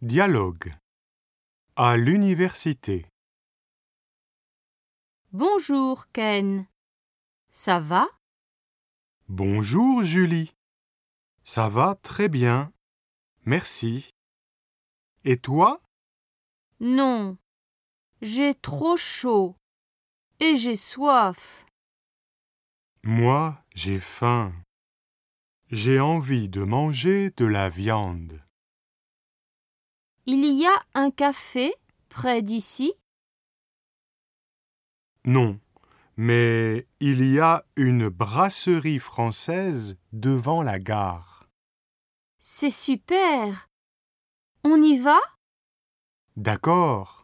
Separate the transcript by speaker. Speaker 1: Dialogue. À l'université.
Speaker 2: Bonjour Ken. Ça va
Speaker 1: Bonjour Julie. Ça va très bien. Merci. Et toi
Speaker 2: Non. J'ai trop chaud et j'ai soif.
Speaker 1: Moi, j'ai faim. J'ai envie de manger de la viande.
Speaker 2: Il y a un café près d'ici
Speaker 1: Non, mais il y a une brasserie française devant la gare.
Speaker 2: C'est super. On y va
Speaker 1: D'accord.